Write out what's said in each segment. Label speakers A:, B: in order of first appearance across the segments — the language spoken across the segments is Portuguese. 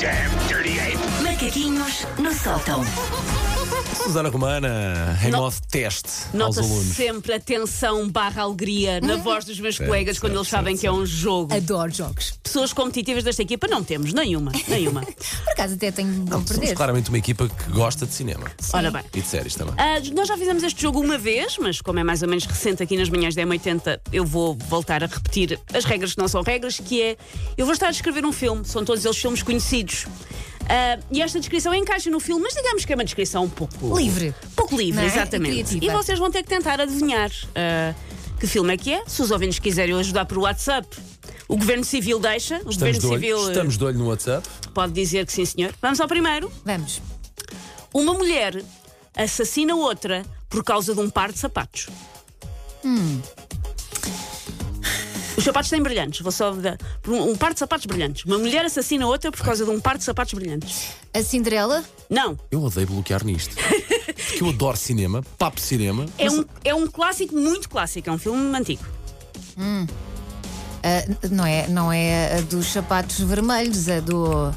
A: damn dirty ape!
B: Macaquinhos no sótão.
C: Susana Romana, em modo teste aos
D: Nota
C: alunos.
D: sempre a tensão barra alegria na voz dos meus colegas quando eles sabem que é um jogo.
E: Adoro jogos.
D: Pessoas competitivas desta equipa não temos, nenhuma, nenhuma.
E: Por acaso até tenho bom
C: Somos
E: perder.
C: claramente uma equipa que gosta de cinema.
D: Ora bem.
C: E de séries também.
D: Ah, nós já fizemos este jogo uma vez, mas como é mais ou menos recente aqui nas manhãs da M80, eu vou voltar a repetir as regras que não são regras, que é eu vou estar a descrever um filme, são todos eles filmes conhecidos. Ah, e esta descrição encaixa no filme, mas digamos que é uma descrição um pouco
E: Livre.
D: Pouco livre,
E: Não é? E
D: exatamente.
E: criativa.
D: E vocês vão ter que tentar adivinhar ah, que filme é que é. Se os ouvintes quiserem ajudar por WhatsApp, o Governo Civil deixa. O
C: Estamos
D: Governo
C: de, olho,
D: Civil ah,
C: estamos de olho no WhatsApp.
D: pode dizer que sim, senhor. Vamos ao primeiro.
E: Vamos.
D: Uma mulher assassina outra por causa de um par de sapatos.
E: Hum.
D: Os sapatos têm brilhantes, vou só dar. por Um, um par de sapatos brilhantes. Uma mulher assassina outra por causa de um par de sapatos brilhantes.
E: A Cinderela?
D: Não,
C: Eu odeio bloquear nisto. Porque eu adoro cinema, papo cinema.
D: é um, é um clássico muito clássico, é um filme antigo.
E: Ah, n- não, é, não é a dos sapatos vermelhos, a do.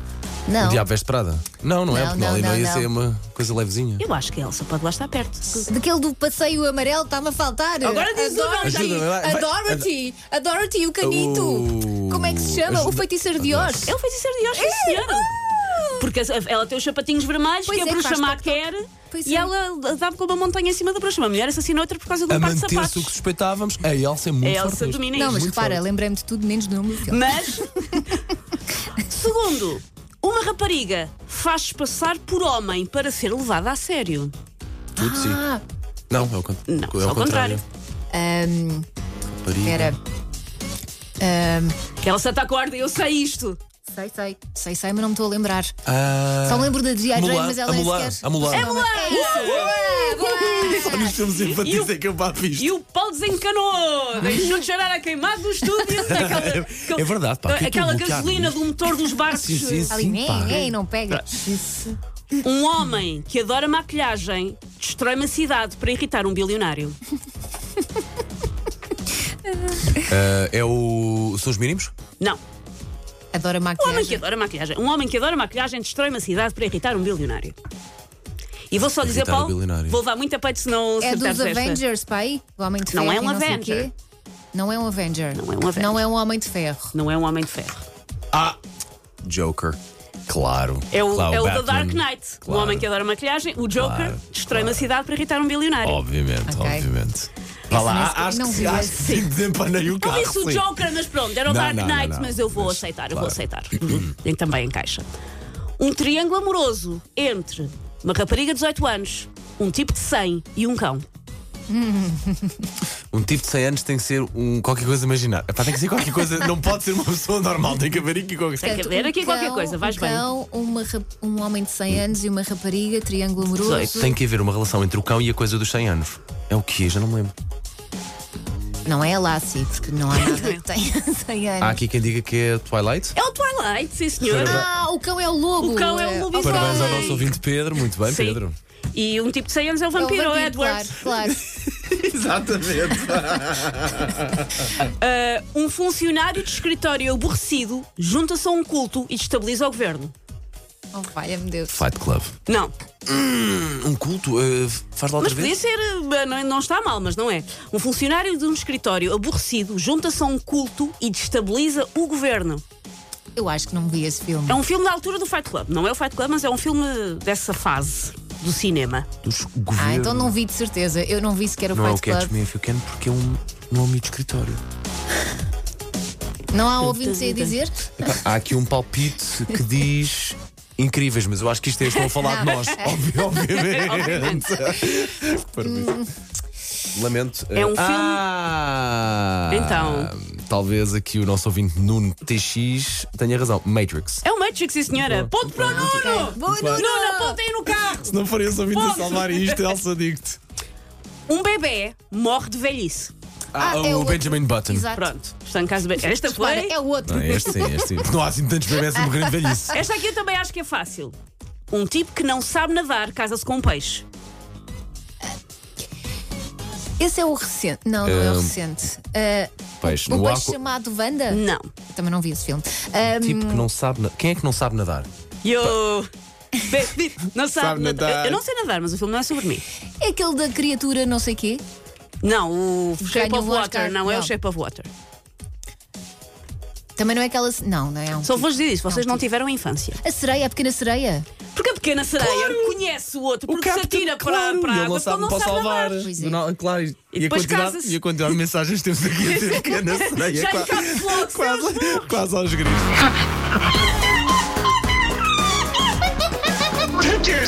C: O
E: Não.
C: Diabo Veste Prada. Não, não é,
E: Não,
C: porque não,
E: não,
C: não,
E: não,
C: ia
E: não.
C: ser uma coisa levezinha.
D: Eu acho que a Elsa pode lá estar perto.
E: Daquele do passeio amarelo está-me a faltar.
D: Agora diz o nome,
E: Dorothy.
C: Ajuda-me, vai, vai.
E: A Dorothy. A Dorothy, o canito.
C: Oh.
E: Como é que se chama? O
C: Ajuda-
E: feiticeiro de Oz.
D: É o feiticeiro de Oz, sim, senhora. Porque a- ela tem os sapatinhos vermelhos
E: Pois
D: que a
E: é, que
D: bruxa
E: faz
D: má
E: toque,
D: quer
E: Pois
D: e
E: é.
D: ela dá-me com uma montanha em cima da bruxa. Uma mulher assassina outra por causa de
C: A
D: um par de
C: manter-se o
D: sapatos.
C: que suspeitávamos, a Elsa é muito
D: A Elsa
C: forte nisto.
D: domina
E: Não, mas
C: Muito
E: repara,
C: forte.
E: lembrei-me de tudo menos do nome do filme.
D: Mas, segundo, uma rapariga faz-se passar por homem para ser levada a sério.
C: Tudo sim.
E: Ah,
C: Não, é o, cont-
D: Não,
C: é
D: ao
C: o contrário.
D: contrário.
E: ahm,
C: Pariga.
E: espera. Ahm,
D: Que ela se acorda, eu sei isto.
E: sei, sei. Sei, sei, mas não me estou a lembrar.
C: Ah,
E: Só me lembro da G.I. Jane,
C: Mulan,
E: mas ela
C: a
E: nem
C: Mulan,
E: sequer.
C: a Mulan.
E: É Mulan! É Mulan!
C: Só nos filmes infantis é que eu papo isto.
D: E o Paulo desencanou! Deixou de cheirar a queimado do estúdio. Aquela,
C: É verdade, pá, que é que
D: Aquela
C: eu vou cá
D: gasolina
C: nisto?
D: do motor dos barcos.
C: né? Sim, sim, sim.
E: Ali,
C: pá.
E: nem, nem, não pega. Isso.
D: Um homem que adora maquilhagem destrói uma cidade para irritar um bilionário.
C: Ah, é o. São os mínimos?
D: Não.
E: Adora
D: Um homem que
E: maquiagem.
D: adora maquilhagem. Um homem que adora maquilhagem destrói uma cidade para irritar um bilionário. E vou só dizer,
C: Irritar o
D: Paulo,
C: bilionário.
D: vou levar muito a peito se não
E: É
D: acertares
E: dos
D: esta.
E: Avengers, pai? O Homem de
D: Não é
E: Ferro. e
D: um
E: sei o
D: Avenger.
E: quê. Não é um Avenger.
D: Não é um Avenger.
E: Não é um Homem de Ferro.
D: Não é um homem de ferro.
C: Ah! Joker. Claro.
D: É o,
C: Claro,
D: é o da
C: Batman.
D: Dark Knight.
C: Claro.
D: Um homem que adora maquilhagem. O Joker
C: Claro, Oh,
D: destrói uma cidade para irritar um bilionário.
C: Obviamente,
E: Ok.
C: obviamente. Vá
E: Esse
C: lá,
E: mesmo-
C: acho
E: não
C: que,
E: vi
C: acho
E: esse.
C: que sim, desempanei o
D: Não
C: carro.
D: disse o
C: sim.
D: Joker, mas pronto, era o
C: Não,
D: Dark
C: não, não,
D: Knight,
C: não.
D: mas eu vou
C: Mas,
D: aceitar, eu
C: claro.
D: vou aceitar. Ele também encaixa. Um triângulo amoroso entre uma rapariga de 18 anos, um tipo de 100 e um cão.
C: Um tipo de 100 anos tem que ser um, qualquer coisa imaginar. Epá, tem que ser qualquer coisa, não pode ser uma pessoa normal, tem que haver aqui qualquer coisa.
D: Tem que haver aqui qualquer coisa, vais
E: um
D: bem.
E: cão, uma rap- um homem de 100 anos e uma rapariga, triângulo amoroso.
C: Tem que haver uma relação entre o cão e a coisa dos 100 anos. É o quê? Já não me lembro.
E: Não é a Lassie, porque não há nada que tenha 100
C: Há
E: anos.
C: aqui quem diga que é Twilight.
D: É o Twilight, sim senhor.
E: Ah, o cão é o lobo.
D: O cão é o lobo
E: ok.
C: Parabéns ao
D: Ai.
C: nosso ouvinte Pedro, muito bem,
D: Sim.
C: Pedro.
D: E um tipo de 100 anos é o
E: É o
D: vampiro,
E: vampiro,
D: Edward.
E: Claro, claro.
C: Exatamente.
D: Um funcionário de escritório aborrecido junta-se a um culto e destabiliza o governo.
E: Oh, valha-me Deus.
C: Fight Club.
D: Não,
C: Um culto? eh, faz lá outra
D: Mas podia
C: vez?
D: ser, eh, não, não está mal, mas não é. Um funcionário de um escritório aborrecido junta-se a um culto e destabiliza o governo.
E: Eu acho que não vi esse filme.
D: É um filme da altura do Fight Club. Não é o Fight Club, mas é um filme dessa fase do cinema.
C: Dos
E: Ah,
C: governos.
E: então não vi de certeza. Eu não vi sequer o
C: Não é o
E: Fight
C: Catch
E: Club.
C: Me If You Can porque é um nome de escritório.
E: Não há ouvintes aí a dizer?
C: Epá, Há aqui um palpite que diz incríveis, mas eu acho que isto é estão a falar de nós. Obvi- Obviamente. Parabéns. Lamento. eh,
D: É um filme-
C: Ah,
D: Então.
C: Talvez aqui o nosso ouvinte Nuno TX tenha razão. Matrix.
D: É o Matrix, sim senhora. Ponto para o Nuno!
E: Boa
C: bem.
D: Nuno, aponta aí no carro!
C: Se não forem esse ouvinte
D: a salvar
C: isto, Elsa, digo-te.
D: Um bebê morre de velhice.
C: Ah,
E: Ah,
C: o
E: é o outro.
C: Benjamin Button.
E: Exato.
D: Pronto, está em casa de bebê. Esta
E: Repara,
D: foi.
E: é o outro.
C: Não, este sim, este sim. Não há assim tantos bebés a morrer de velhice.
D: Esta aqui eu também acho que é fácil. Um tipo que não sabe nadar casa-se com um peixe.
E: Esse é o recente. Não, não é o
C: Ahm,
E: recente. Ah,
C: Peixe
E: o
C: no
E: peixe
C: aqua.
E: chamado Wanda?
D: Não.
E: Eu Também não vi esse filme. Ahm,
C: Tipo que não sabe. na- Quem é que não sabe nadar?
D: Yo! Baby, não sabe,
C: Sabe nadar.
D: Eu não sei nadar, mas o filme não é sobre mim.
C: Tipo-
E: É aquele da criatura não sei quê.
D: Não, o Shape
E: Ganhou
D: of
E: o Oscar,
D: Water, não, é o
E: não.
D: Shape of Water.
E: Também não é aquela. ce- Não, não é um.
D: Só vou dizer isso, vocês
E: Não,
D: não tiveram infância.
E: A sereia, a pequena sereia.
D: Porque a pequena sereia conhece o outro, porque se
C: capitão,
D: atira
C: claro,
D: para, para a
C: e ele
D: água,
C: não
D: porque ele
C: sabe
D: não
C: para
D: sabe
C: salvar.
D: nadar.
E: Pois é.
C: Não, claro, e,
D: E
C: a
D: depois
C: quantidade,
D: casa-se.
C: e a quantidade de mensagens que temos aqui a dizer que é na sereia.
D: Já
C: qua-
D: está fogo,
C: quase, quase aos gritos.
A: Take your